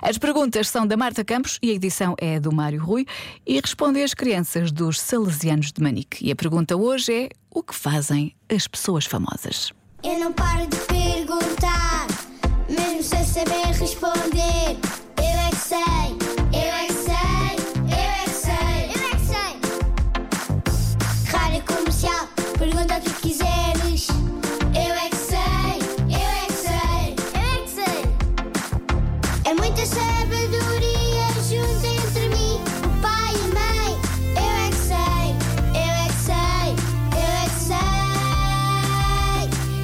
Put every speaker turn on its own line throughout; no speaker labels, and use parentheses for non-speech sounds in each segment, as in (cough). As perguntas são da Marta Campos e a edição é do Mário Rui e respondem as crianças dos Salesianos de Manique. E a pergunta hoje é: o que fazem as pessoas famosas? (laughs)
Eu não paro de perguntar, mesmo sem saber responder. Eu é que sei, eu é que sei, eu é que sei, eu é que sei. Rádio comercial, pergunta o que quiseres. Eu é que sei, eu é que sei, eu é que sei. É muita sabedoria junto entre mim, o pai e a mãe. Eu é que sei, eu é que sei, eu é que sei.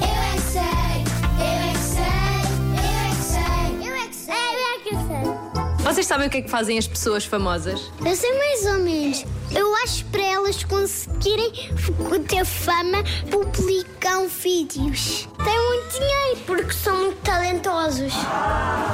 Eu é que sei, eu é que E sei, eu é que sei. Eu é que sei, eu é que sei.
Vocês sabem o que é que fazem as pessoas famosas?
Eu sei mais ou menos. Eu acho que para elas conseguirem (laughs) f- ter fama, publicam vídeos. Têm muito dinheiro porque são muito talentosos.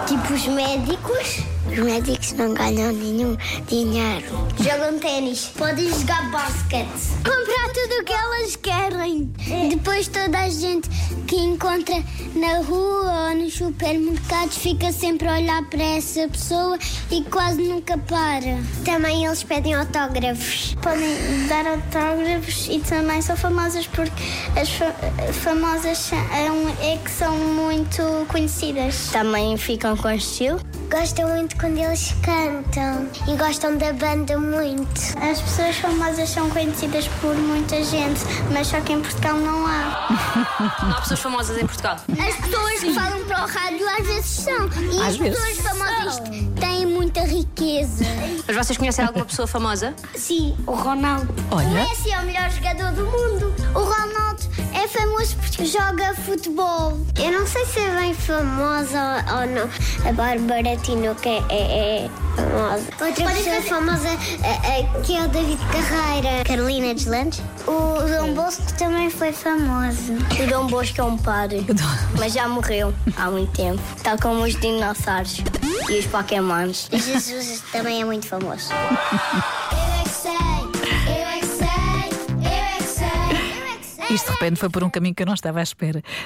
Tipo os médicos. Os médicos não ganham nenhum dinheiro. Jogam ténis, podem jogar basquete. Comprar tudo o que elas querem. Depois toda a gente que encontra na rua ou nos supermercados fica sempre a olhar para essa pessoa e quase nunca para. Também eles pedem autógrafos. Podem dar autógrafos e também são famosas porque as fa- famosas são- é que são muito conhecidas. Também ficam com estilo. Gostam muito quando eles cantam e gostam da banda muito. As pessoas famosas são conhecidas por muita gente, mas só que em Portugal não há.
Não há pessoas famosas em Portugal.
As pessoas que falam para o rádio às vezes são. E
Às
as pessoas
vezes
famosas têm muita riqueza.
Mas vocês conhecem alguma pessoa famosa?
Sim, o Ronaldo.
Olha.
O Messi é o melhor jogador do mundo. O Ronaldo é famoso porque joga futebol. Eu não sei se é bem famosa ou não. A Bárbara Tinoco é, é, famosa. Outra pessoa famosa que é o David Carreira. Carolina Deslandes. O Dom Bosco também foi famoso. O Dom Bosco é um padre. Mas já morreu há muito tempo. Tal como os dinossauros e os pokémons. Jesus também é muito famoso. Eu é que sei, eu é que sei, é eu é que sei, eu é que sei.
Isto de repente foi por um caminho que eu não estava à espera.